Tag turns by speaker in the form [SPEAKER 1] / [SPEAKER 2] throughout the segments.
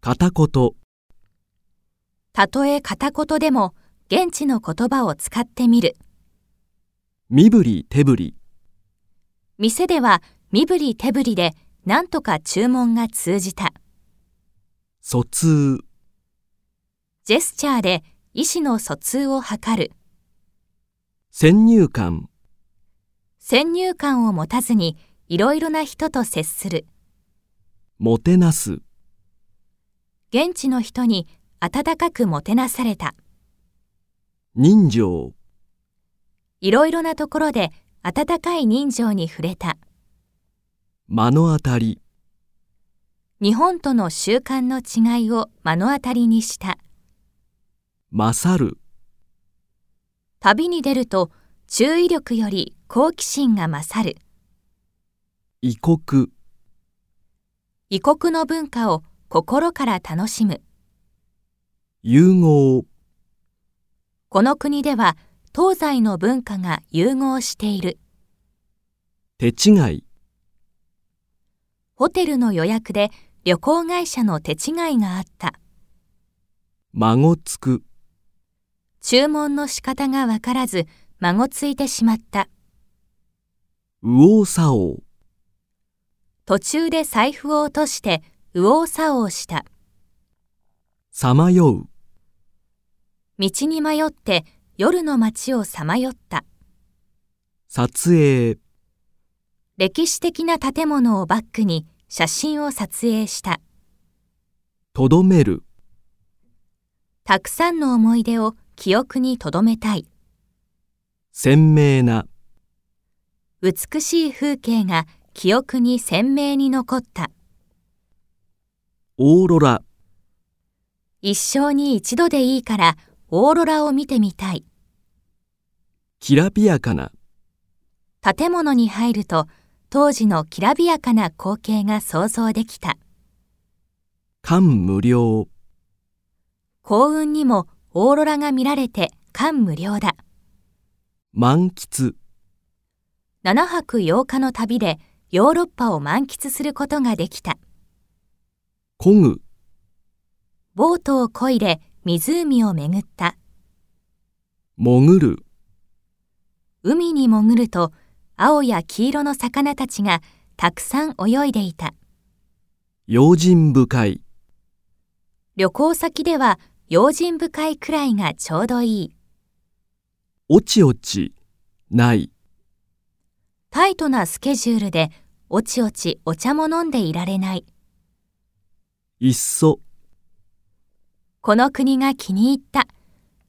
[SPEAKER 1] 片言、
[SPEAKER 2] たとえ片言でも現地の言葉を使ってみる。
[SPEAKER 1] 身振り手振り、
[SPEAKER 2] 店では身振り手振りでなんとか注文が通じた。
[SPEAKER 1] 疎通、
[SPEAKER 2] ジェスチャーで意思の疎通を図る。
[SPEAKER 1] 先入観、
[SPEAKER 2] 先入観を持たずにいろいろな人と接する。
[SPEAKER 1] もてなす、
[SPEAKER 2] 現地の人に温かくもてなされた。
[SPEAKER 1] 人情、
[SPEAKER 2] いろいろなところで温かい人情に触れた。
[SPEAKER 1] 目の当たり、
[SPEAKER 2] 日本との習慣の違いを目の当たりにした。
[SPEAKER 1] 勝る、
[SPEAKER 2] 旅に出ると注意力より好奇心が勝る。
[SPEAKER 1] 異国、
[SPEAKER 2] 異国の文化を心から楽しむ。
[SPEAKER 1] 融合、
[SPEAKER 2] この国では東西の文化が融合している。
[SPEAKER 1] 手違い、
[SPEAKER 2] ホテルの予約で旅行会社の手違いがあった。
[SPEAKER 1] 孫つく、
[SPEAKER 2] 注文の仕方がわからず、孫ついてしまった。
[SPEAKER 1] 右往左往、
[SPEAKER 2] 途中で財布を落として右往左往した。
[SPEAKER 1] さまよう、
[SPEAKER 2] 道に迷って夜の街をさまよった。
[SPEAKER 1] 撮影、
[SPEAKER 2] 歴史的な建物をバックに写真を撮影した。
[SPEAKER 1] とどめる、
[SPEAKER 2] たくさんの思い出を記憶に留めたい。
[SPEAKER 1] 鮮明な、
[SPEAKER 2] 美しい風景が記憶に鮮明に残った。
[SPEAKER 1] オーロラ、
[SPEAKER 2] 一生に一度でいいからオーロラを見てみたい。
[SPEAKER 1] きらびやかな、
[SPEAKER 2] 建物に入ると当時のきらびやかな光景が想像できた。
[SPEAKER 1] 感無量、
[SPEAKER 2] 幸運にもオーロラが見られて感無量だ。
[SPEAKER 1] 満喫、
[SPEAKER 2] 7泊8日の旅でヨーロッパを満喫することができた。
[SPEAKER 1] こぐ、
[SPEAKER 2] ボートを漕いで湖を巡った。
[SPEAKER 1] 潜る、
[SPEAKER 2] 海に潜ると青や黄色の魚たちがたくさん泳いでいた。
[SPEAKER 1] 用心深い、
[SPEAKER 2] 旅行先では用心深いくらいがちょうどいい。
[SPEAKER 1] おちおち、ない、
[SPEAKER 2] タイトなスケジュールでおちおちお茶も飲んでいられない。
[SPEAKER 1] いっそ、
[SPEAKER 2] この国が気に入った。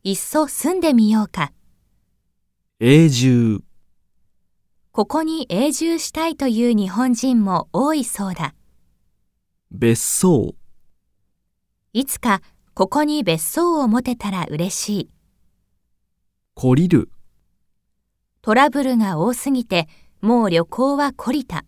[SPEAKER 2] いっそ住んでみようか。
[SPEAKER 1] 永住、
[SPEAKER 2] ここに永住したいという日本人も多いそうだ。
[SPEAKER 1] 別荘、
[SPEAKER 2] いつかここに別荘を持てたら嬉しい。
[SPEAKER 1] 懲りる。
[SPEAKER 2] トラブルが多すぎてもう旅行は懲りた。